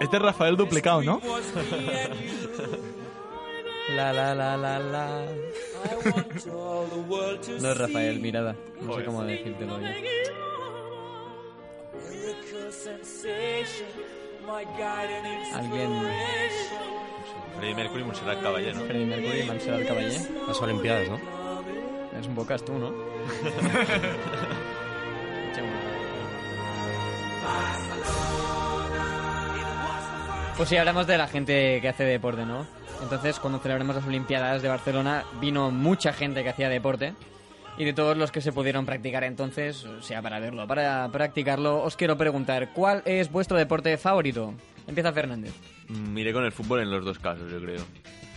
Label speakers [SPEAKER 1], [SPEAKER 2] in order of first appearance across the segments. [SPEAKER 1] Este es Rafael duplicado, ¿no?
[SPEAKER 2] Was me and you.
[SPEAKER 3] La la la la la.
[SPEAKER 2] I want all the world to
[SPEAKER 3] No es Rafael,
[SPEAKER 2] see.
[SPEAKER 3] mirada. No sé cómo decírtelo ya.
[SPEAKER 2] Miracle sensation, my guiding
[SPEAKER 3] Alguien.
[SPEAKER 2] inspiration.
[SPEAKER 4] Freddie Mercury y Montserrat Caballé, ¿no?
[SPEAKER 3] Freddie Mercury, Montserrat Caballé.
[SPEAKER 5] Las Olimpiadas, ¿no?
[SPEAKER 3] Es un bocas tú, ¿no? Pues sí, hablamos de la gente que hace deporte, ¿no? Entonces, cuando celebramos las Olimpiadas de Barcelona, vino mucha gente que hacía deporte. Y de todos los que se pudieron practicar entonces, o sea, para verlo, para practicarlo, os quiero preguntar, ¿cuál es vuestro deporte favorito? Empieza Fernández.
[SPEAKER 4] Mm, Iré con el fútbol en los dos casos, yo creo.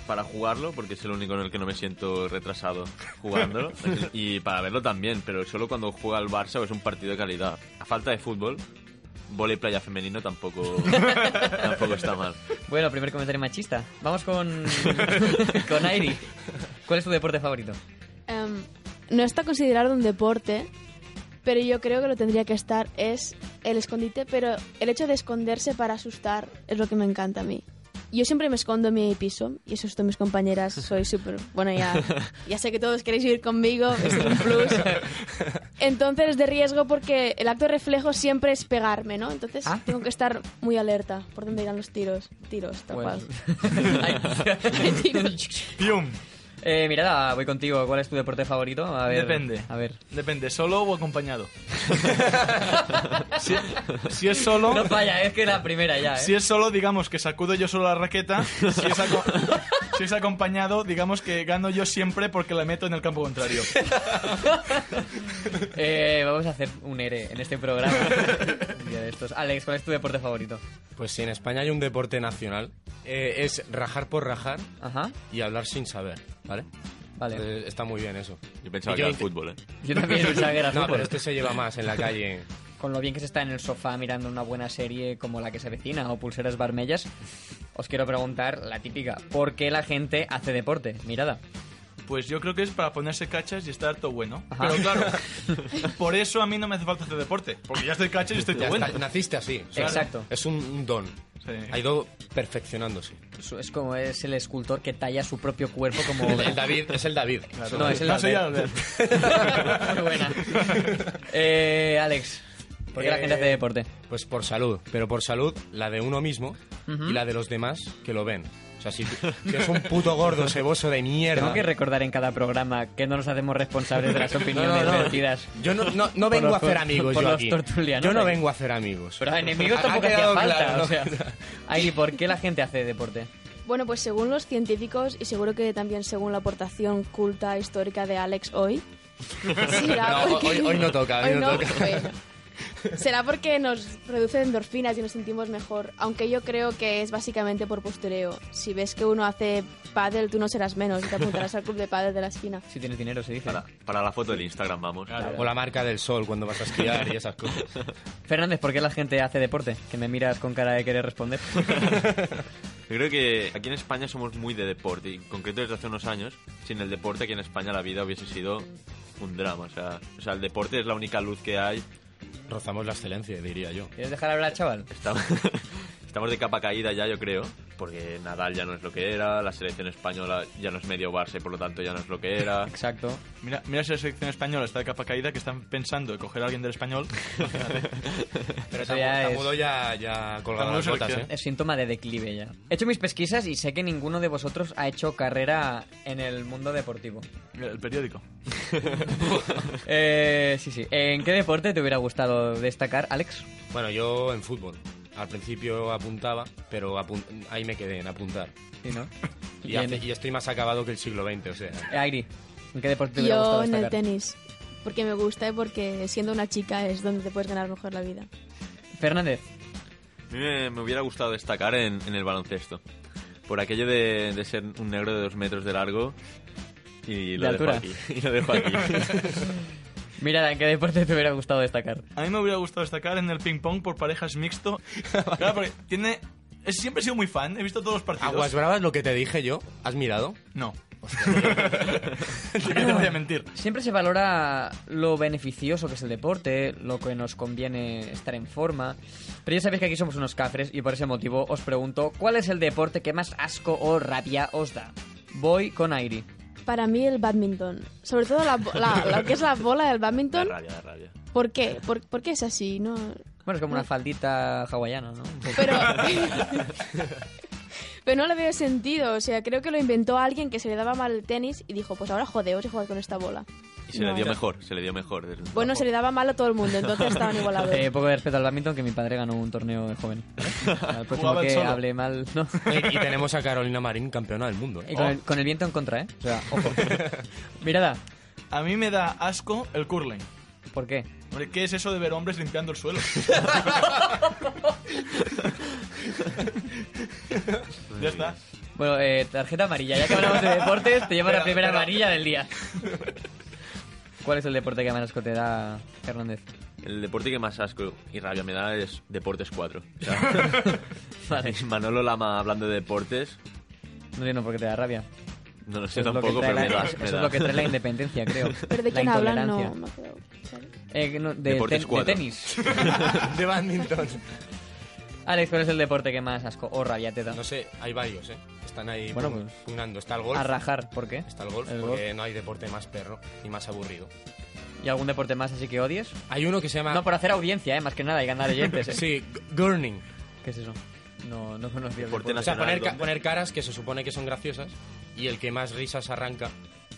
[SPEAKER 4] Para jugarlo, porque es el único en el que no me siento retrasado jugándolo. y para verlo también, pero solo cuando juega el Barça o es un partido de calidad. A falta de fútbol, vole playa femenino tampoco, tampoco está mal.
[SPEAKER 3] Bueno, primer comentario machista. Vamos con, con Airi. ¿Cuál es tu deporte favorito?
[SPEAKER 6] Em, no está considerado un deporte, pero yo creo que lo tendría que estar es el escondite, pero el hecho de esconderse para asustar es lo que me encanta a mí. Yo siempre me escondo en mi piso y asusto a mis compañeras, soy súper... Bueno, ya, ya sé que todos queréis ir conmigo, eso es un plus. Entonces, de riesgo porque el acto de reflejo siempre es pegarme, ¿no? Entonces,
[SPEAKER 3] Ah.
[SPEAKER 6] tengo que estar muy alerta por dónde irán los tiros. Tiros, tal
[SPEAKER 3] Bueno.
[SPEAKER 6] cual.
[SPEAKER 3] Ay.
[SPEAKER 6] Tiros.
[SPEAKER 1] ¡Pium!
[SPEAKER 3] Eh, mirada, voy contigo. ¿Cuál es tu deporte favorito? A ver,
[SPEAKER 1] Depende.
[SPEAKER 3] A ver.
[SPEAKER 1] Depende, ¿solo o acompañado? si, si es solo...
[SPEAKER 3] No falla, es que la primera ya, ¿eh?
[SPEAKER 1] Si es solo, digamos que sacudo yo solo la raqueta. Si es, aco- si es acompañado, digamos que gano yo siempre porque la meto en el campo contrario.
[SPEAKER 3] Eh, vamos a hacer un ERE en este programa. Un día de estos. Alex, ¿cuál es tu deporte favorito?
[SPEAKER 5] Pues sí, en España hay un deporte nacional. Eh, es rajar por rajar
[SPEAKER 3] Ajá,
[SPEAKER 5] y hablar sin saber, ¿vale?
[SPEAKER 3] vale.
[SPEAKER 5] Entonces, está muy bien eso.
[SPEAKER 4] Yo pensaba
[SPEAKER 5] Y
[SPEAKER 4] que
[SPEAKER 5] yo
[SPEAKER 4] era el
[SPEAKER 5] inte-
[SPEAKER 4] fútbol, ¿eh?
[SPEAKER 3] Yo también pensaba que era
[SPEAKER 5] No,
[SPEAKER 3] fútbol.
[SPEAKER 5] pero este se lleva más en la calle.
[SPEAKER 3] Con lo bien que se está en el sofá mirando una buena serie como la que se vecina o Pulseras Barmellas, os quiero preguntar la típica. ¿Por qué la gente hace deporte? Mirada.
[SPEAKER 1] Pues yo creo que es para ponerse cachas y estar todo bueno.
[SPEAKER 3] Ajá.
[SPEAKER 1] Pero claro, por eso a mí no me hace falta hacer deporte. Porque ya estoy cachas y estoy todo
[SPEAKER 5] Ya
[SPEAKER 1] bueno.
[SPEAKER 5] está, naciste así. o sea,
[SPEAKER 3] Exacto.
[SPEAKER 5] Es un- un don.
[SPEAKER 1] Sí.
[SPEAKER 5] Ha ido perfeccionándose.
[SPEAKER 3] Es- pues, Es como es el escultor que talla su propio cuerpo como...
[SPEAKER 5] El, el David es el David.
[SPEAKER 3] No, es el
[SPEAKER 1] No soy
[SPEAKER 3] Albert.
[SPEAKER 1] Albert.
[SPEAKER 3] Muy buena. Eh, Alex, ¿por qué la
[SPEAKER 5] Eh,
[SPEAKER 3] gente hace deporte?
[SPEAKER 5] Pues por salud, pero por salud la de uno mismo y la de los demás que lo ven. O sea, si, si es un puto gordo ceboso de mierda.
[SPEAKER 3] Tengo que recordar en cada programa que no nos hacemos responsables de las opiniones
[SPEAKER 5] no, no.
[SPEAKER 3] vertidas.
[SPEAKER 5] Yo no, no, no vengo
[SPEAKER 3] los
[SPEAKER 5] a hacer
[SPEAKER 3] tor-
[SPEAKER 5] amigos
[SPEAKER 3] por
[SPEAKER 5] yo
[SPEAKER 3] los
[SPEAKER 5] aquí.
[SPEAKER 3] tortulianos
[SPEAKER 5] Yo no
[SPEAKER 3] aquí.
[SPEAKER 5] vengo a hacer amigos.
[SPEAKER 3] Pero enemigos
[SPEAKER 5] Ha- ha
[SPEAKER 3] tampoco hacía
[SPEAKER 5] quedado
[SPEAKER 3] falta.
[SPEAKER 5] claro, ¿no?
[SPEAKER 3] o sea. Airi, ¿por qué la gente hace deporte?
[SPEAKER 6] Bueno, pues según los científicos y seguro que también según la aportación culta histórica de Alex hoy. Sí,
[SPEAKER 5] No,
[SPEAKER 6] porque-
[SPEAKER 5] hoy- hoy no toca, hoy no toca.
[SPEAKER 6] bueno. Será porque nos produce endorfinas y nos sentimos mejor, aunque yo creo que es básicamente por postureo. Si ves que uno hace pádel, tú no serás menos y te apuntarás al club de pádel de la esquina.
[SPEAKER 3] Si tienes dinero, se dice.
[SPEAKER 4] Para, para la foto del Instagram, vamos.
[SPEAKER 5] O la marca del sol cuando vas a esquiar y esas cosas.
[SPEAKER 3] Fernández, ¿por qué la gente hace deporte? Que me miras con cara de querer responder.
[SPEAKER 4] Yo creo que aquí en España somos muy de deporte, y en concreto desde hace unos años, sin el deporte aquí en España la vida hubiese sido un drama. O sea, o sea el deporte es la única luz que hay.
[SPEAKER 5] Rozamos la excelencia, diría yo.
[SPEAKER 3] ¿Quieres dejar hablar, chaval?
[SPEAKER 4] Estamos, estamos de capa caída ya, yo creo, porque Nadal ya no es lo que era, la selección española ya no es medio Barça y por lo tanto ya no es lo que era.
[SPEAKER 3] Exacto.
[SPEAKER 1] Mira, mira si la selección española está de capa caída, que están pensando de coger a alguien del español.
[SPEAKER 5] Pero
[SPEAKER 3] Eso ya es-
[SPEAKER 5] Tamudo ya, ya colgado
[SPEAKER 1] Tamudo
[SPEAKER 5] las botas,
[SPEAKER 1] selección.
[SPEAKER 5] ¿eh?
[SPEAKER 3] Es síntoma de declive ya. He hecho mis pesquisas y sé que ninguno de vosotros ha hecho carrera en el mundo deportivo.
[SPEAKER 1] Mira, el periódico.
[SPEAKER 3] Eh, sí, sí. ¿En qué deporte te hubiera gustado destacar, Alex?
[SPEAKER 5] ¿eh? Bueno, yo en fútbol. Al principio apuntaba, pero apun- ahí me quedé en apuntar.
[SPEAKER 3] Sí, ¿no?
[SPEAKER 5] Y,
[SPEAKER 3] Bien.
[SPEAKER 5] hace- y estoy más acabado que el siglo XX, o sea.
[SPEAKER 3] Eh, Airi, ¿en qué deporte te hubiera
[SPEAKER 6] Yo
[SPEAKER 3] gustado
[SPEAKER 6] en el
[SPEAKER 3] destacar?
[SPEAKER 6] tenis, porque me gusta y porque siendo una chica es donde te puedes ganar mejor la vida.
[SPEAKER 3] Fernández,
[SPEAKER 4] A mí me, me hubiera gustado destacar en, en el baloncesto. Por aquello de, de ser un negro de dos metros de largo y lo
[SPEAKER 3] De
[SPEAKER 4] dejo
[SPEAKER 3] altura.
[SPEAKER 4] aquí. Y lo dejo aquí.
[SPEAKER 3] mira, ¿en qué deporte te hubiera gustado destacar?
[SPEAKER 1] A mí me hubiera gustado destacar en el ping-pong por parejas mixto. Claro, porque tiene... he- Siempre he sido muy fan, he visto todos los
[SPEAKER 3] Ah,
[SPEAKER 1] partidos.
[SPEAKER 3] pues,
[SPEAKER 5] Aguas Bravas, lo que te dije yo, ¿has mirado?
[SPEAKER 1] No. ¿De qué te voy a mentir?
[SPEAKER 3] Siempre se valora lo beneficioso que es el deporte, lo que nos conviene estar en forma. Pero ya sabéis que aquí somos unos cafres y por ese motivo os pregunto, ¿cuál es el deporte que más asco o rabia os da? Voy con Airi.
[SPEAKER 6] Para mí el badminton, sobre todo la, bo- la- lo que es la bola del
[SPEAKER 4] Da
[SPEAKER 6] badminton,
[SPEAKER 4] rabia, da rabia.
[SPEAKER 6] ¿por qué? ¿Por, por qué es así? No,
[SPEAKER 3] Bueno, es como una faldita hawaiana, ¿no? Un poco.
[SPEAKER 6] pero... Pero no le veo sentido, o sea, creo que lo inventó alguien que se le daba mal el tenis y dijo, pues ahora jodeos y jugar con esta bola.
[SPEAKER 4] Y se le
[SPEAKER 6] No.
[SPEAKER 4] dio mejor, se le dio mejor. del-
[SPEAKER 6] Bueno, se le daba mal a todo el mundo, entonces estaban igualados.
[SPEAKER 3] Eh, poco de respeto al badminton que mi padre ganó un torneo de joven. Al próximo
[SPEAKER 1] Jugaba él
[SPEAKER 3] que
[SPEAKER 1] solo.
[SPEAKER 3] hable mal, ¿no?
[SPEAKER 5] Y, y tenemos a Carolina Marín, campeona del mundo. ¿eh?
[SPEAKER 3] Y con, el, con el viento en contra, ¿eh? O sea, ojo. Mirada,
[SPEAKER 1] A mí me da asco el curling.
[SPEAKER 3] ¿por qué?
[SPEAKER 1] Hombre, ¿qué es eso de ver hombres limpiando el suelo? ya está.
[SPEAKER 3] Bueno, eh, tarjeta amarilla. Ya que hablamos de deportes, te llevo la primera amarilla del día. ¿Cuál es el deporte que más asco te da, Fernández?
[SPEAKER 4] El deporte que más asco y rabia me da es Deportes 4. O sea,
[SPEAKER 3] Vale.
[SPEAKER 4] Manolo Lama hablando de deportes,
[SPEAKER 3] No entiendo por qué te da rabia.
[SPEAKER 4] no lo sé
[SPEAKER 3] es lo que
[SPEAKER 4] tampoco,
[SPEAKER 3] trae
[SPEAKER 4] pero
[SPEAKER 3] la-
[SPEAKER 4] me da.
[SPEAKER 3] eso
[SPEAKER 4] me
[SPEAKER 3] es
[SPEAKER 4] da.
[SPEAKER 3] lo que trae la independencia, creo.
[SPEAKER 6] Pero de
[SPEAKER 3] la
[SPEAKER 6] quién hablan,
[SPEAKER 3] intolerancia.
[SPEAKER 6] no, me ha quedado, ¿sabes?
[SPEAKER 3] Eh, no, de,
[SPEAKER 4] Deportes
[SPEAKER 3] ten- de
[SPEAKER 4] cuatro.
[SPEAKER 3] tenis.
[SPEAKER 5] De badminton.
[SPEAKER 3] Alex, ¿cuál es el deporte que más asco o rabia te da?
[SPEAKER 5] No sé, hay varios, ¿eh? Están ahí
[SPEAKER 3] Bueno,
[SPEAKER 5] pugn-
[SPEAKER 3] pues.
[SPEAKER 5] pugnando. Está el
[SPEAKER 3] A
[SPEAKER 5] golf.
[SPEAKER 3] rajar, ¿por qué?
[SPEAKER 5] Está el golf,
[SPEAKER 3] El
[SPEAKER 5] porque no hay deporte más perro y más aburrido.
[SPEAKER 3] ¿Y algún deporte más así que odies?
[SPEAKER 5] Hay uno que se
[SPEAKER 4] Ah.
[SPEAKER 5] llama...
[SPEAKER 3] No, por hacer audiencia, ¿eh? más que nada, y ganar oyentes. ¿eh?
[SPEAKER 5] Sí, g- gurning.
[SPEAKER 3] ¿Qué es eso? No, no conocía el
[SPEAKER 4] Deporte
[SPEAKER 3] deporte.
[SPEAKER 5] O sea,
[SPEAKER 4] nacional.
[SPEAKER 5] poner, ca-
[SPEAKER 4] ¿dónde?
[SPEAKER 5] poner caras que se supone que son graciosas y el que más risas arranca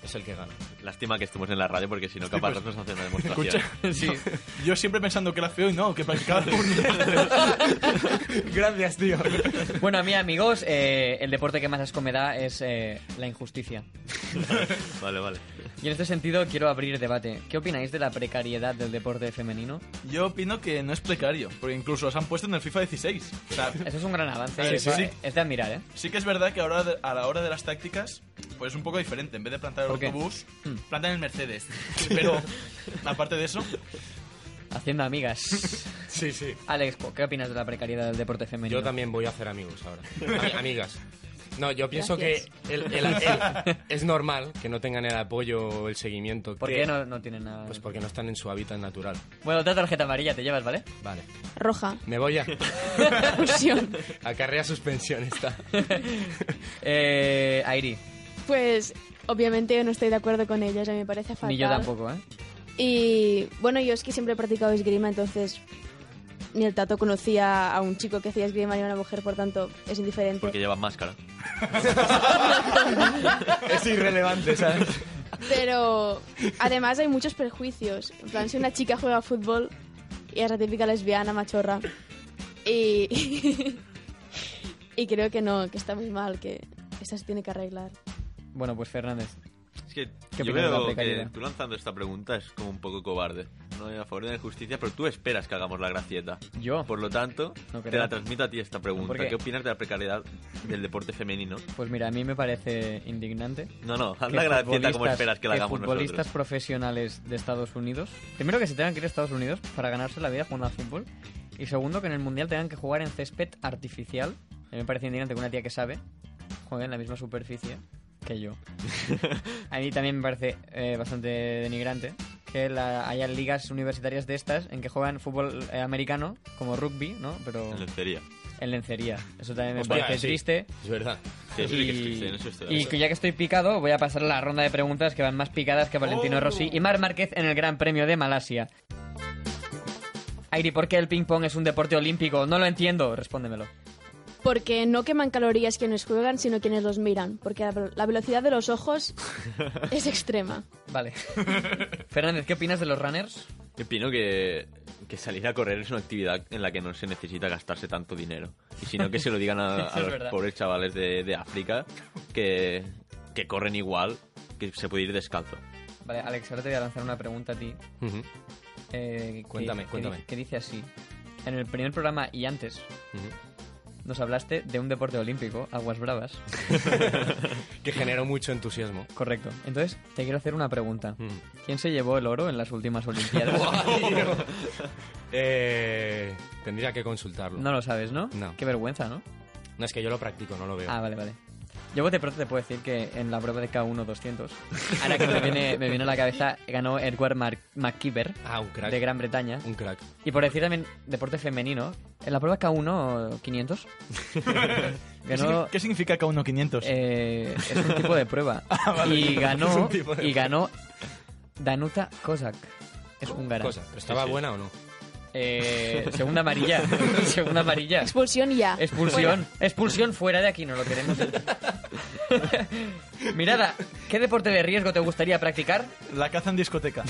[SPEAKER 5] es el que gana.
[SPEAKER 4] Lástima que estemos en la radio porque si no, capaz nos hacen una demostración.
[SPEAKER 3] Sí.
[SPEAKER 1] Yo siempre pensando que era feo y no, que practicaba el curling.
[SPEAKER 5] Gracias, tío.
[SPEAKER 3] Bueno, a mí, amigos, eh, el deporte que más asco me da es eh, la injusticia.
[SPEAKER 4] Vale, vale.
[SPEAKER 3] Y en este sentido quiero abrir debate. ¿Qué opináis de la precariedad del deporte femenino?
[SPEAKER 1] Yo opino que no es precario, porque incluso los han puesto en el FIFA 16. O sea,
[SPEAKER 3] Eso es un gran avance.
[SPEAKER 1] Sí,
[SPEAKER 3] es,
[SPEAKER 1] sí, sí.
[SPEAKER 3] es de admirar, ¿eh?
[SPEAKER 1] sí que es verdad que ahora de- a la hora de las tácticas, pues es un poco diferente. En vez de plantar el
[SPEAKER 3] ¿Por qué?
[SPEAKER 1] autobús, plantan el Mercedes. Pero, aparte de eso,
[SPEAKER 3] Haciendo amigas.
[SPEAKER 5] Sí, sí.
[SPEAKER 3] Alex, ¿qué opinas de la precariedad del deporte femenino?
[SPEAKER 5] Yo también voy a hacer amigos ahora. Ami- amigas. No, yo pienso
[SPEAKER 6] Gracias.
[SPEAKER 5] que el- el- el- es normal que no tengan el apoyo o el seguimiento.
[SPEAKER 3] ¿Por
[SPEAKER 5] que-
[SPEAKER 3] qué no, no tiene nada?
[SPEAKER 5] Pues porque no están en su hábitat natural.
[SPEAKER 3] Bueno, otra tarjeta amarilla te llevas, ¿vale?
[SPEAKER 5] Vale.
[SPEAKER 6] Roja,
[SPEAKER 5] Me voy a...
[SPEAKER 6] fusión.
[SPEAKER 5] Acarrea suspensión esta.
[SPEAKER 3] Eh, Airi,
[SPEAKER 6] Pues obviamente yo no estoy de acuerdo con ellas, a mí me parece fatal.
[SPEAKER 3] ni yo tampoco, ¿eh?
[SPEAKER 6] Y bueno, yo es que siempre he practicado esgrima, entonces ni el tato conocía a un chico que hacía esgrima ni a una mujer, por tanto es indiferente.
[SPEAKER 4] Porque llevan máscara.
[SPEAKER 5] Es irrelevante, ¿sabes?
[SPEAKER 6] Pero además hay muchos prejuicios. En plan, si una chica juega a fútbol y es la típica lesbiana, machorra. Y, y creo que no, que está muy mal, que esta se tiene que arreglar.
[SPEAKER 3] Bueno, pues Fernández.
[SPEAKER 4] Es que
[SPEAKER 3] ¿Qué
[SPEAKER 4] yo
[SPEAKER 3] opinas de la
[SPEAKER 4] veo que
[SPEAKER 3] precariedad?
[SPEAKER 4] tú lanzando esta pregunta es como un poco cobarde. no hay a favor de la justicia, pero tú esperas que hagamos la gracieta.
[SPEAKER 3] Yo.
[SPEAKER 4] Por lo tanto,
[SPEAKER 3] No
[SPEAKER 4] te
[SPEAKER 3] creo.
[SPEAKER 4] la transmito a ti esta pregunta.
[SPEAKER 3] ¿Por qué?
[SPEAKER 4] ¿Qué opinas de la precariedad del deporte femenino?
[SPEAKER 3] Pues mira, a mí me parece indignante.
[SPEAKER 4] No, no, haz
[SPEAKER 3] que
[SPEAKER 4] la gracieta como
[SPEAKER 3] futbolistas-
[SPEAKER 4] esperas que la hagamos
[SPEAKER 3] futbolistas
[SPEAKER 4] nosotros.
[SPEAKER 3] profesionales de Estados Unidos, primero que se tengan que ir a Estados Unidos para ganarse la vida jugando al fútbol, y segundo que en el Mundial tengan que jugar en césped artificial. A mí me parece indignante que una tía que sabe juegue en la misma superficie que yo. a mí también me parece eh, bastante denigrante que la- haya ligas universitarias de estas en que juegan fútbol eh, americano como rugby, ¿no? Pero
[SPEAKER 4] En lencería.
[SPEAKER 3] en lencería. Eso también me
[SPEAKER 5] Hostia,
[SPEAKER 3] parece
[SPEAKER 5] sí.
[SPEAKER 3] triste.
[SPEAKER 5] Es verdad.
[SPEAKER 4] Sí, eso sí que es
[SPEAKER 3] Y-
[SPEAKER 4] triste, en eso estoy de
[SPEAKER 3] Y
[SPEAKER 4] acuerdo.
[SPEAKER 3] que ya que estoy picado, voy a pasar a la ronda de preguntas que van más picadas que Valentino Rossi y Mar Márquez en el Gran Premio de Malasia. Airi, ¿por qué el ping-pong es un deporte olímpico? No lo entiendo, respóndemelo.
[SPEAKER 6] Porque no queman calorías quienes juegan, sino quienes los miran. Porque la, la velocidad de los ojos es extrema.
[SPEAKER 3] Vale. Fernández, ¿qué opinas de los runners?
[SPEAKER 4] Yo opino que, que salir a correr es una actividad en la que no se necesita gastarse tanto dinero. Y sino que se lo digan a,
[SPEAKER 3] Eso
[SPEAKER 4] a
[SPEAKER 3] es
[SPEAKER 4] los
[SPEAKER 3] verdad.
[SPEAKER 4] pobres chavales de, de África que, que corren igual, que se puede ir descalzo.
[SPEAKER 3] Vale, Alex, ahora te voy a lanzar una pregunta a ti.
[SPEAKER 5] Ujú.
[SPEAKER 3] eh, que-
[SPEAKER 5] Cuéntame,
[SPEAKER 3] que
[SPEAKER 5] cuéntame.
[SPEAKER 3] di- Que, dice así. En el primer programa y antes
[SPEAKER 5] Ujú.
[SPEAKER 3] nos hablaste de un deporte olímpico, aguas bravas.
[SPEAKER 5] Que generó mucho entusiasmo.
[SPEAKER 3] Correcto. Entonces, te quiero hacer una pregunta.
[SPEAKER 5] Ujú.
[SPEAKER 3] ¿Quién se llevó el oro en las últimas Olimpiadas?
[SPEAKER 5] Eh, tendría que consultarlo.
[SPEAKER 3] No
[SPEAKER 5] No.
[SPEAKER 3] lo sabes, ¿no?
[SPEAKER 5] No.
[SPEAKER 3] Qué vergüenza, ¿no?
[SPEAKER 5] es que yo lo practico, no lo veo.
[SPEAKER 3] Ah, vale, vale. Yo bote pronto te puedo decir que en la prueba de K1 200, ahora que me viene, me viene a la cabeza, ganó Edward Mar- McKeever
[SPEAKER 5] Ah, un crack.
[SPEAKER 3] de Gran Bretaña.
[SPEAKER 5] Un crack.
[SPEAKER 3] Y por decir también deporte femenino, en la prueba K1 500
[SPEAKER 1] ¿Qué, signi-
[SPEAKER 3] ganó
[SPEAKER 1] qué significa K1500?
[SPEAKER 3] eh, es un tipo de prueba
[SPEAKER 1] Ah,
[SPEAKER 3] y ganó y ganó Danuta Kozak. Es húngara.
[SPEAKER 5] Cosa. ¿Pero estaba buena o no?
[SPEAKER 3] Eh, segunda amarilla, segunda amarilla.
[SPEAKER 6] Expulsión ya.
[SPEAKER 3] Expulsión. Expulsión fuera de aquí, no lo queremos. Mirada, ¿qué deporte de riesgo te gustaría practicar?
[SPEAKER 1] La caza en discoteca.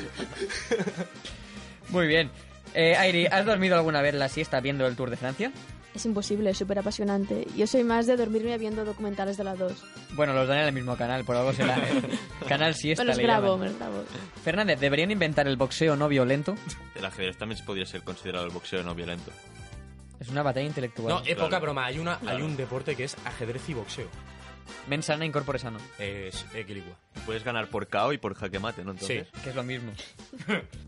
[SPEAKER 3] Muy bien. Eh, Airi, ¿has dormido alguna vez la siesta viendo el Tour de Francia?
[SPEAKER 6] Es imposible, es súper apasionante. Yo soy más de dormirme viendo documentales de la 2.
[SPEAKER 3] Bueno, los dan en el mismo canal, por algo será. ¿eh? Canal Siesta.
[SPEAKER 6] Me los
[SPEAKER 3] le
[SPEAKER 6] grabo, me
[SPEAKER 3] llaman.
[SPEAKER 6] los grabo.
[SPEAKER 3] Fernández, ¿deberían inventar el boxeo no violento?
[SPEAKER 4] El ajedrez también podría ser considerado el boxeo no violento.
[SPEAKER 3] Es una batalla intelectual.
[SPEAKER 5] no, eh, poca
[SPEAKER 4] Claro.
[SPEAKER 5] broma. Hay, una, hay
[SPEAKER 4] Claro.
[SPEAKER 5] un deporte que es ajedrez y boxeo.
[SPEAKER 3] Mens sana, incorpore sano,
[SPEAKER 5] Es equilibrio.
[SPEAKER 4] Puedes ganar por KO y por jaque mate, ¿no? Entonces,
[SPEAKER 3] que es lo mismo.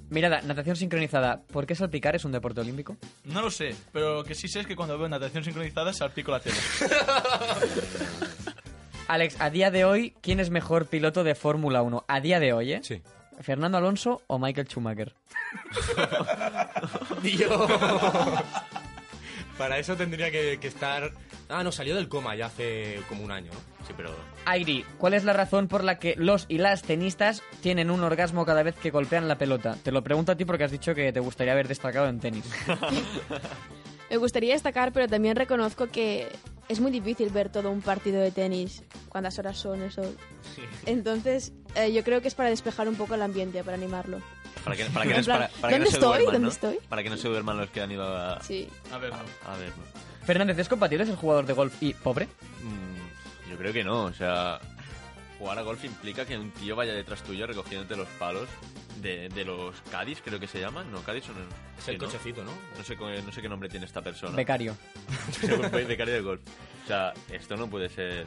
[SPEAKER 3] Mirada, natación sincronizada. ¿Por qué salpicar es un deporte olímpico?
[SPEAKER 1] No lo sé, pero lo que sí sé es que cuando veo natación sincronizada salpico la tele.
[SPEAKER 3] Alex, a día de hoy, ¿quién es mejor piloto de Fórmula 1? A día de hoy, ¿eh?
[SPEAKER 5] Sí.
[SPEAKER 3] ¿Fernando Alonso o Michael Schumacher?
[SPEAKER 5] Dios. Para eso tendría que, que estar. Ah, no, salió del coma ya hace como un año, ¿no?
[SPEAKER 4] sí, pero
[SPEAKER 3] Airi, ¿cuál es la razón por la que los y las tenistas tienen un orgasmo cada vez que golpean la pelota? Te lo pregunto a ti porque has dicho que te gustaría haber destacado en tenis.
[SPEAKER 6] Me gustaría destacar, pero también reconozco que es muy difícil ver todo un partido de tenis, cuántas horas son eso. Entonces, eh, yo creo que es para despejar un poco el ambiente, para animarlo.
[SPEAKER 4] para que, para que,
[SPEAKER 6] En plan,
[SPEAKER 4] para- para que
[SPEAKER 6] ¿dónde
[SPEAKER 4] no se
[SPEAKER 6] estoy?
[SPEAKER 4] duerman,
[SPEAKER 6] ¿Dónde
[SPEAKER 4] ¿no?
[SPEAKER 6] estoy?
[SPEAKER 4] Para que no se duerman los que han ido a,
[SPEAKER 6] Sí.
[SPEAKER 1] A ver,
[SPEAKER 4] a ver.
[SPEAKER 3] Fernández, ¿es compatible ser jugador de golf y pobre?
[SPEAKER 4] Mm, yo creo que no, o sea, jugar a golf implica que un tío vaya detrás tuyo recogiéndote los palos de, de los Cádiz, creo que se llaman, ¿no? Cádiz son...
[SPEAKER 5] Es
[SPEAKER 4] sí,
[SPEAKER 5] el
[SPEAKER 4] ¿no?
[SPEAKER 5] cochecito, ¿no?
[SPEAKER 4] No sé, co- no sé qué nombre tiene esta persona.
[SPEAKER 3] Becario.
[SPEAKER 4] Según fue becario de golf. O sea, esto no puede ser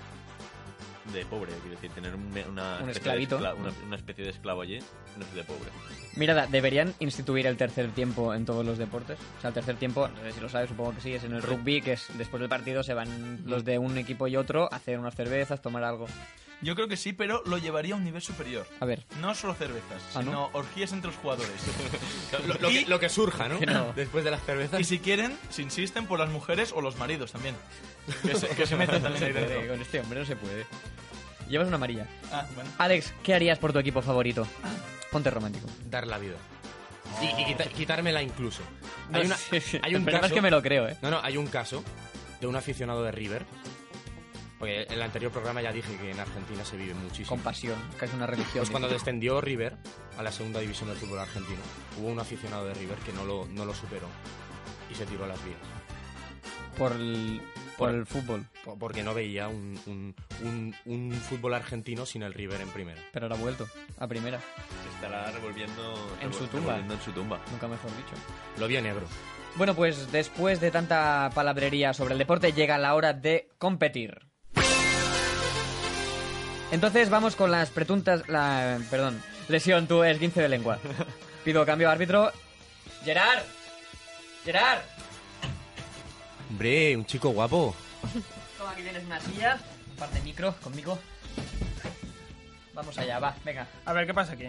[SPEAKER 4] de pobre, quiero decir, tener un me- una,
[SPEAKER 3] Un
[SPEAKER 4] especie de
[SPEAKER 3] esclavito.
[SPEAKER 4] escla- una, una especie de esclavo allí no es de pobre.
[SPEAKER 3] Mirada, ¿deberían instituir el tercer tiempo en todos los deportes? O sea, el tercer tiempo, no sé si lo sabes, supongo que sí, es en el rugby, que es después del partido se van los de un equipo y otro a hacer unas cervezas, tomar algo.
[SPEAKER 1] yo creo que sí, pero lo llevaría a un nivel superior.
[SPEAKER 3] A ver,
[SPEAKER 1] No solo cervezas,
[SPEAKER 3] Ah, ¿no?
[SPEAKER 1] sino orgías entre los jugadores.
[SPEAKER 5] Lo, lo que, lo que surja, ¿no?
[SPEAKER 3] Que no.
[SPEAKER 5] Después de las cervezas.
[SPEAKER 1] y si quieren, si insisten, por las mujeres o los maridos también. Que se, que se metan
[SPEAKER 3] no
[SPEAKER 1] también
[SPEAKER 3] se
[SPEAKER 1] ahí
[SPEAKER 3] puede,
[SPEAKER 1] dentro.
[SPEAKER 3] con este hombre no se puede. Llevas una amarilla.
[SPEAKER 1] Ah, bueno.
[SPEAKER 3] Alex, ¿qué harías por tu equipo favorito? Ponte romántico.
[SPEAKER 5] Dar la vida. Y, y quita- quitármela incluso. Hay, una- hay un
[SPEAKER 3] Pero
[SPEAKER 5] caso.
[SPEAKER 3] es que me lo creo, ¿eh?
[SPEAKER 5] No, no, hay un caso de un aficionado de River. Porque en el anterior programa ya dije que en Argentina se vive muchísimo.
[SPEAKER 3] Con pasión, casi una religión.
[SPEAKER 5] Pues cuando descendió River a la segunda división del fútbol argentino, hubo un aficionado de River que no lo, no lo superó y se tiró a las vías.
[SPEAKER 3] Por el- por el fútbol.
[SPEAKER 5] Po- Porque no veía un, un- un- un fútbol argentino sin el River en primera.
[SPEAKER 3] Pero ahora ha vuelto, a primera.
[SPEAKER 4] Se estará revolviendo
[SPEAKER 3] En su
[SPEAKER 4] revol-
[SPEAKER 3] tumba.
[SPEAKER 4] revolviendo en su tumba.
[SPEAKER 3] Nunca mejor dicho.
[SPEAKER 5] Lo vio negro.
[SPEAKER 3] Bueno, pues después de tanta palabrería sobre el deporte, llega la hora de competir. Entonces vamos con las preguntas. La, perdón, lesión, tú es 15 de lengua. Pido cambio árbitro. ¡Gerard! ¡Gerard!
[SPEAKER 5] Hombre, un chico guapo.
[SPEAKER 3] Toma, aquí tienes una silla. Parte micro, conmigo. Vamos allá, va, venga.
[SPEAKER 7] A ver, ¿qué pasa aquí?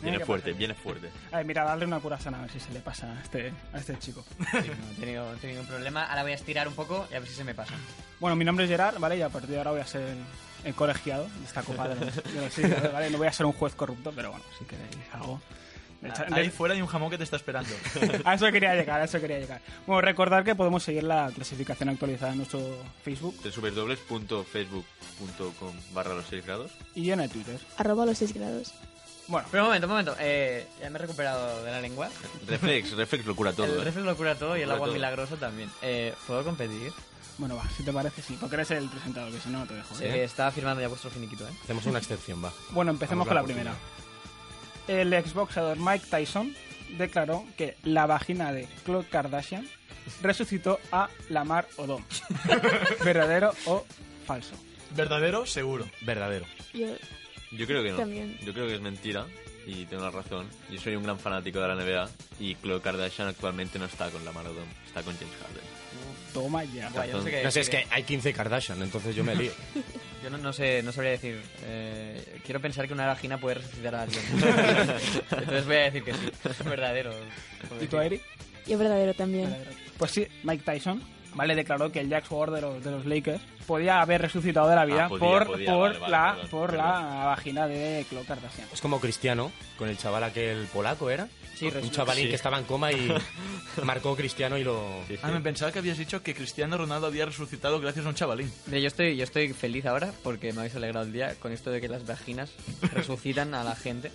[SPEAKER 4] Viene
[SPEAKER 7] ¿Qué
[SPEAKER 4] fuerte,
[SPEAKER 7] pasa?
[SPEAKER 4] viene fuerte.
[SPEAKER 7] A ver, mira, darle una curazana a ver si se le pasa a este, a este chico.
[SPEAKER 3] He tenido, he tenido un problema, ahora voy a estirar un poco y a ver si se me pasa.
[SPEAKER 7] Bueno, mi nombre es Gerard, ¿vale? Y a partir de ahora voy a ser el colegiado de esta copa de los, de los siglos, ¿vale? No voy a ser un juez corrupto, pero bueno, si queréis algo. De hecho,
[SPEAKER 1] Ahí
[SPEAKER 7] de-
[SPEAKER 1] fuera hay un jamón que te está esperando.
[SPEAKER 7] a eso quería llegar, a eso quería llegar. Bueno, recordar que podemos seguir la clasificación actualizada en nuestro Facebook
[SPEAKER 4] www.facebook.com barra los 6 grados.
[SPEAKER 7] y en el Twitter.
[SPEAKER 6] Arroba los 6 grados.
[SPEAKER 7] Bueno,
[SPEAKER 3] Pero un momento, un momento, eh, ya me he recuperado de la lengua.
[SPEAKER 4] Reflex, Reflex lo cura todo,
[SPEAKER 3] el
[SPEAKER 4] ¿eh?
[SPEAKER 3] reflex lo cura todo y el
[SPEAKER 4] Lo cura
[SPEAKER 3] agua
[SPEAKER 4] todo.
[SPEAKER 3] milagrosa también. Eh, ¿Puedo competir?
[SPEAKER 7] bueno, va, si te parece, sí, porque eres el presentador, que si no, no te dejo.
[SPEAKER 3] Eh, está firmando ya vuestro finiquito, ¿eh?
[SPEAKER 5] Hacemos una excepción, va.
[SPEAKER 7] Bueno, empecemos
[SPEAKER 5] Vamos
[SPEAKER 7] con la
[SPEAKER 5] la
[SPEAKER 7] primera. El exboxeador Mike Tyson declaró que la vagina de Khloe Kardashian resucitó a Lamar Odom. ¿Verdadero o falso?
[SPEAKER 1] Verdadero, seguro.
[SPEAKER 5] Verdadero.
[SPEAKER 6] Yo,
[SPEAKER 4] Yo creo que no.
[SPEAKER 6] También.
[SPEAKER 4] Yo creo que es mentira y tengo la razón. Yo soy un gran fanático de la NBA y Khloe Kardashian actualmente no está con la Maradona, está con James Harden.
[SPEAKER 7] Toma ya.
[SPEAKER 3] Guay, yo no sé qué
[SPEAKER 5] No sé, es
[SPEAKER 3] decir,
[SPEAKER 5] que hay 15 Kardashian, entonces yo me lío.
[SPEAKER 3] ¿eh? Yo no, no sé, no sabría decir. eh, quiero pensar que una vagina puede resucitar a alguien. Entonces voy a decir que sí. Es verdadero.
[SPEAKER 7] ¿Y tú, Eric?
[SPEAKER 6] yo verdadero también.
[SPEAKER 7] Pues sí, Mike Tyson, ¿vale? Declaró que el Jack Sword de los, de los Lakers podía haber resucitado de la vida
[SPEAKER 4] Ah, podía,
[SPEAKER 7] por,
[SPEAKER 4] podía,
[SPEAKER 7] por,
[SPEAKER 4] vale, vale,
[SPEAKER 7] la,
[SPEAKER 4] perdón,
[SPEAKER 7] por la
[SPEAKER 4] perdón.
[SPEAKER 7] vagina de Khloe Kardashian.
[SPEAKER 5] Es como Cristiano, con el chaval aquel polaco, ¿era?
[SPEAKER 7] Sí,
[SPEAKER 5] Un
[SPEAKER 7] resulta-
[SPEAKER 5] chavalín
[SPEAKER 4] sí.
[SPEAKER 5] que estaba en coma y marcó Cristiano y lo...
[SPEAKER 4] Sí, sí.
[SPEAKER 1] Ah, me pensaba que habías dicho que Cristiano Ronaldo había resucitado gracias a un chavalín.
[SPEAKER 3] Mira, yo estoy, yo estoy feliz ahora porque me habéis alegrado el día con esto de que las vaginas resucitan a la gente.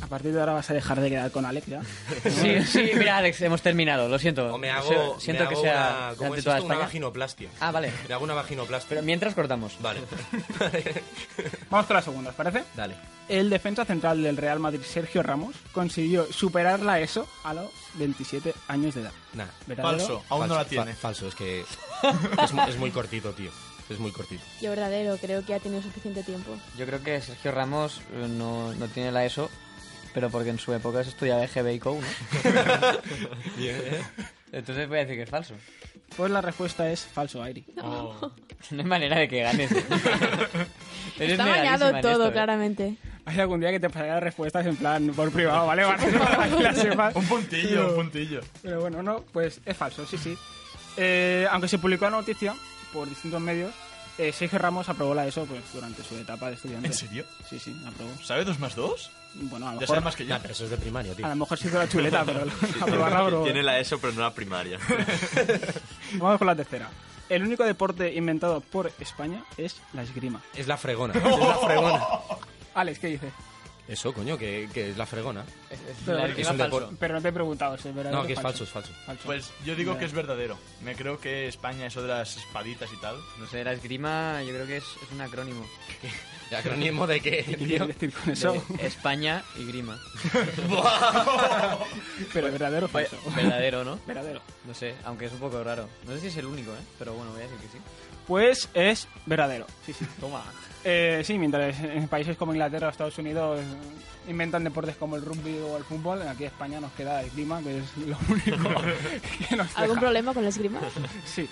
[SPEAKER 7] A partir de ahora vas a dejar de quedar con Alex, ¿ya?
[SPEAKER 3] Sí, sí, mira, Alex, hemos terminado, lo siento.
[SPEAKER 5] O me
[SPEAKER 3] Lo
[SPEAKER 5] hago,
[SPEAKER 3] sé-
[SPEAKER 5] me
[SPEAKER 3] siento que
[SPEAKER 5] hago
[SPEAKER 3] sea
[SPEAKER 5] una, ¿cómo
[SPEAKER 3] ante
[SPEAKER 5] es
[SPEAKER 3] toda
[SPEAKER 5] esto? una
[SPEAKER 3] España.
[SPEAKER 5] vaginoplastia.
[SPEAKER 3] Ah, vale.
[SPEAKER 5] Me hago una vaginoplastia.
[SPEAKER 3] Pero mientras cortamos.
[SPEAKER 5] Vale.
[SPEAKER 7] Vamos con la segunda, ¿os parece?
[SPEAKER 5] Dale.
[SPEAKER 7] El defensa central del Real Madrid, Sergio Ramos, consiguió superar la ESO a los 27 años de edad.
[SPEAKER 5] Nah.
[SPEAKER 7] ¿Verdadero?
[SPEAKER 1] Falso, aún no
[SPEAKER 5] Falso,
[SPEAKER 1] la
[SPEAKER 5] fa-
[SPEAKER 1] tiene.
[SPEAKER 5] falso, es que es, mu- es muy cortito, tío. Es muy cortito.
[SPEAKER 6] Yo verdadero, creo que ha tenido suficiente tiempo.
[SPEAKER 3] Yo creo que Sergio Ramos eh, no, no tiene la ESO, pero porque en su época se estudiaba EGB y COU, ¿no?
[SPEAKER 5] ¿eh?
[SPEAKER 3] Entonces voy a decir que es falso.
[SPEAKER 7] Pues la respuesta es falso, Airi.
[SPEAKER 3] No hay manera de que ganes. ¿eh? Eres
[SPEAKER 6] Está
[SPEAKER 3] miradísima
[SPEAKER 6] bañado
[SPEAKER 3] en
[SPEAKER 6] todo,
[SPEAKER 3] esto, ¿eh?
[SPEAKER 6] claramente.
[SPEAKER 7] Hay algún día que te pasaré las respuestas en plan por privado, ¿vale? Para que las sepas.
[SPEAKER 1] Un puntillo, un puntillo.
[SPEAKER 7] Pero bueno, no, pues es falso, sí, sí. Eh, aunque se publicó la noticia por distintos medios, eh, Sergio Ramos aprobó la ESO pues, durante su etapa de estudiante.
[SPEAKER 1] ¿En serio?
[SPEAKER 7] Sí, sí, aprobó.
[SPEAKER 1] ¿Sabe dos más dos?
[SPEAKER 7] Bueno, a lo
[SPEAKER 1] Ya sabe
[SPEAKER 7] mejor,
[SPEAKER 1] más que yo.
[SPEAKER 5] Nah, pero eso es de primaria, tío.
[SPEAKER 7] a lo mejor se hizo la chuleta, pero aprobarla aprobó.
[SPEAKER 4] Tiene la ESO, pero no la primaria.
[SPEAKER 7] Vamos con la tercera. El único deporte inventado por España es la esgrima.
[SPEAKER 5] Es la fregona. Es la fregona.
[SPEAKER 7] Alex, ¿qué dices?
[SPEAKER 5] Eso, coño, que, que es la fregona.
[SPEAKER 3] Es, es
[SPEAKER 7] Pero
[SPEAKER 3] la
[SPEAKER 7] es
[SPEAKER 3] esgrima
[SPEAKER 5] un
[SPEAKER 3] falso.
[SPEAKER 5] deporte.
[SPEAKER 7] Pero no te he preguntado si es verdadero
[SPEAKER 5] No, que
[SPEAKER 7] o
[SPEAKER 5] es falso, es falso.
[SPEAKER 7] Falso.
[SPEAKER 1] Pues yo digo
[SPEAKER 7] Ya.
[SPEAKER 1] que es verdadero. Me creo que España, eso de las espaditas y tal.
[SPEAKER 3] No sé, la esgrima yo creo que es, es un acrónimo.
[SPEAKER 5] El acrónimo de que,
[SPEAKER 7] ¿Qué
[SPEAKER 5] tío.
[SPEAKER 7] quieres decir con
[SPEAKER 3] De
[SPEAKER 7] eso?
[SPEAKER 3] España y grima.
[SPEAKER 7] Pero verdadero o
[SPEAKER 3] Oye,
[SPEAKER 7] falso.
[SPEAKER 3] verdadero, ¿no?
[SPEAKER 7] Verdadero.
[SPEAKER 3] No sé, aunque es un poco raro. No sé si es el único, ¿eh? Pero bueno, voy a decir que sí.
[SPEAKER 7] Pues es verdadero. Sí, sí.
[SPEAKER 3] Toma.
[SPEAKER 7] Eh, sí, mientras en países como Inglaterra o Estados Unidos eh, inventan deportes como el rugby o el fútbol, aquí en España nos queda el clima, que es lo único que nos
[SPEAKER 6] ¿Algún
[SPEAKER 7] deja.
[SPEAKER 6] problema con la esgrima?
[SPEAKER 7] Sí.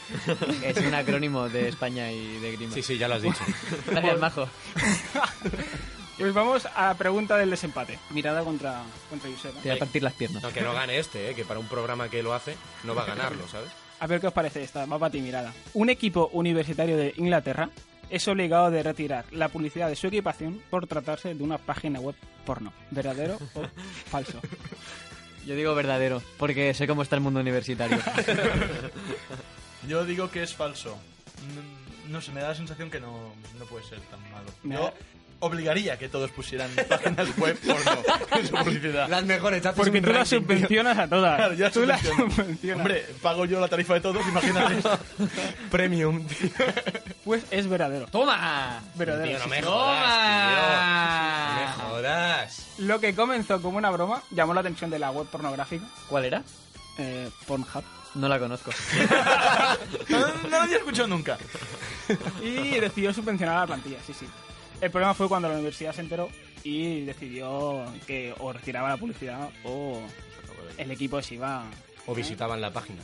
[SPEAKER 3] Es un acrónimo de España y de grima.
[SPEAKER 5] Sí, sí, ya lo has dicho.
[SPEAKER 3] Gracias, Majo.
[SPEAKER 7] Pues vamos a la pregunta del desempate. Mirada contra, contra Joseba.
[SPEAKER 3] Te voy a partir las piernas.
[SPEAKER 5] No, que no gane este, eh, que para un programa que lo hace no va a ganarlo, ¿sabes?
[SPEAKER 7] A ver qué os parece esta, va para ti, mirada. Un equipo universitario de Inglaterra es obligado de retirar la publicidad de su equipación por tratarse de una página web porno. ¿Verdadero o falso?
[SPEAKER 3] Yo digo verdadero, porque sé cómo está el mundo universitario.
[SPEAKER 1] Yo digo que es falso. No, no sé, me da la sensación que no, no puede ser tan malo.
[SPEAKER 7] Me
[SPEAKER 1] Yo,
[SPEAKER 7] da-
[SPEAKER 1] obligaría que todos pusieran páginas web porno en su publicidad.
[SPEAKER 5] Las mejores, haces
[SPEAKER 7] Porque
[SPEAKER 5] un
[SPEAKER 7] tú las
[SPEAKER 5] ranking, tío.
[SPEAKER 7] subvencionas a todas.
[SPEAKER 1] Claro, ya
[SPEAKER 7] tú las
[SPEAKER 1] subvenciono.
[SPEAKER 7] subvencionas.
[SPEAKER 1] Hombre, pago yo la tarifa de todos, imagínate.
[SPEAKER 5] Premium, tío.
[SPEAKER 7] Pues es verdadero.
[SPEAKER 3] ¡Toma!
[SPEAKER 7] Verdadero.
[SPEAKER 5] Tío, no
[SPEAKER 7] sí,
[SPEAKER 5] me
[SPEAKER 7] sí.
[SPEAKER 5] jodas,
[SPEAKER 4] Ah.
[SPEAKER 5] tío. No me jodas.
[SPEAKER 7] Lo que comenzó como una broma llamó la atención de la web pornográfica,
[SPEAKER 3] ¿Cuál era?
[SPEAKER 7] eh, Pornhub,
[SPEAKER 3] No la conozco.
[SPEAKER 1] No, no lo había escuchado nunca.
[SPEAKER 7] y decidió subvencionar a la plantilla, sí, sí. El problema fue cuando la universidad se enteró y decidió que o retiraba la publicidad o el equipo se iba...
[SPEAKER 5] O visitaban la página.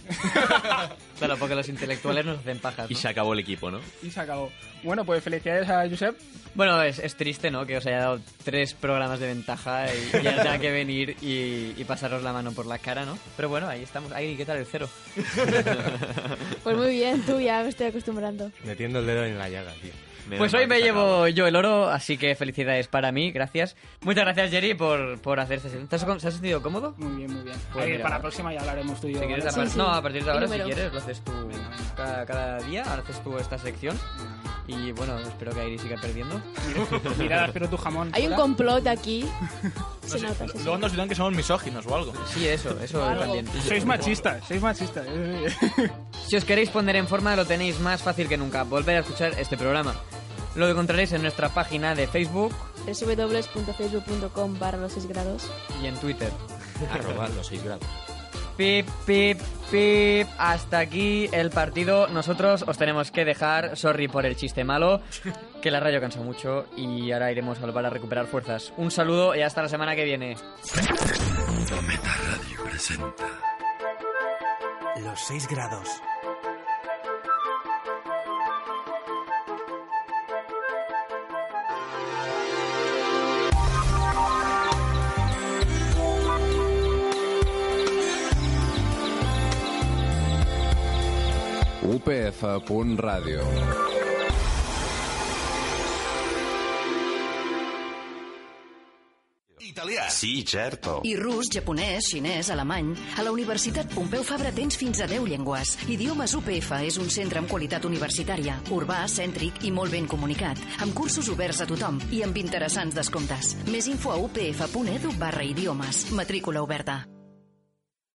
[SPEAKER 3] Claro, porque los intelectuales nos hacen pajas.
[SPEAKER 4] Y
[SPEAKER 3] ¿no?
[SPEAKER 4] se acabó el equipo, ¿no?
[SPEAKER 7] Y se acabó. Bueno, pues felicidades a Josep.
[SPEAKER 3] Bueno, es, es triste, ¿no? Que os haya dado tres programas de ventaja y y ya tenga que venir y, y pasaros la mano por la cara, ¿no? Pero bueno, ahí estamos. Ay, ¿qué tal el cero?
[SPEAKER 6] Pues muy bien, tú ya me estoy acostumbrando.
[SPEAKER 5] Metiendo el dedo en la llaga, tío.
[SPEAKER 4] Menos
[SPEAKER 3] Pues
[SPEAKER 4] mal
[SPEAKER 3] hoy
[SPEAKER 4] que
[SPEAKER 3] me
[SPEAKER 4] se acabó.
[SPEAKER 3] llevo yo el oro, así que felicidades para mí, gracias. Muchas gracias, Jerry, por, por hacer esta sesión. ¿Te has, ¿Te has sentido cómodo?
[SPEAKER 7] Muy bien, muy bien.
[SPEAKER 3] Pues
[SPEAKER 7] Ahí,
[SPEAKER 3] mira,
[SPEAKER 7] para
[SPEAKER 3] ¿no?
[SPEAKER 7] la próxima ya hablaremos tú y
[SPEAKER 3] Si
[SPEAKER 7] yo.
[SPEAKER 3] quieres,
[SPEAKER 7] ¿vale?
[SPEAKER 3] a par-
[SPEAKER 6] Sí, sí.
[SPEAKER 3] No, a partir de
[SPEAKER 6] El
[SPEAKER 3] ahora, si
[SPEAKER 6] número.
[SPEAKER 3] quieres, lo haces tú cada, cada día, ahora haces tú esta sección. Y bueno, espero que Airi siga perdiendo.
[SPEAKER 7] Mira, espero tu jamón.
[SPEAKER 6] Hay un
[SPEAKER 7] Hola.
[SPEAKER 6] complot aquí. Se nota, se
[SPEAKER 1] Luego
[SPEAKER 6] nota.
[SPEAKER 1] nos dirán que somos misóginos o algo.
[SPEAKER 3] Sí, eso, eso
[SPEAKER 6] Algo.
[SPEAKER 3] también.
[SPEAKER 7] Sois machistas, sois machistas.
[SPEAKER 3] Si os queréis poner en forma, lo tenéis más fácil que nunca. Volver a escuchar este programa. Lo encontraréis en nuestra página de Facebook
[SPEAKER 6] www.facebook.com barra los 6 grados.
[SPEAKER 3] y en Twitter.
[SPEAKER 5] Arroba los 6 grados.
[SPEAKER 3] Pip, pip, pip. Hasta aquí el partido. Nosotros os tenemos que dejar. Sorry por el chiste malo. Que la radio cansa mucho. Y ahora iremos al bar a recuperar fuerzas. Un saludo y hasta la semana que viene.
[SPEAKER 8] Los 6 grados.
[SPEAKER 9] upf.radio.
[SPEAKER 8] Italià. Sí, certo.
[SPEAKER 10] I rus, japonès, xinès, alemany... A la Universitat Pompeu Fabra tens fins a 10 llengües. Idiomes UPF és un centre amb qualitat universitària, urbà, cèntric i molt ben comunicat, amb cursos oberts a tothom i amb interessants descomptes. Més info a upf.edu E barra idiomes. Matrícula oberta.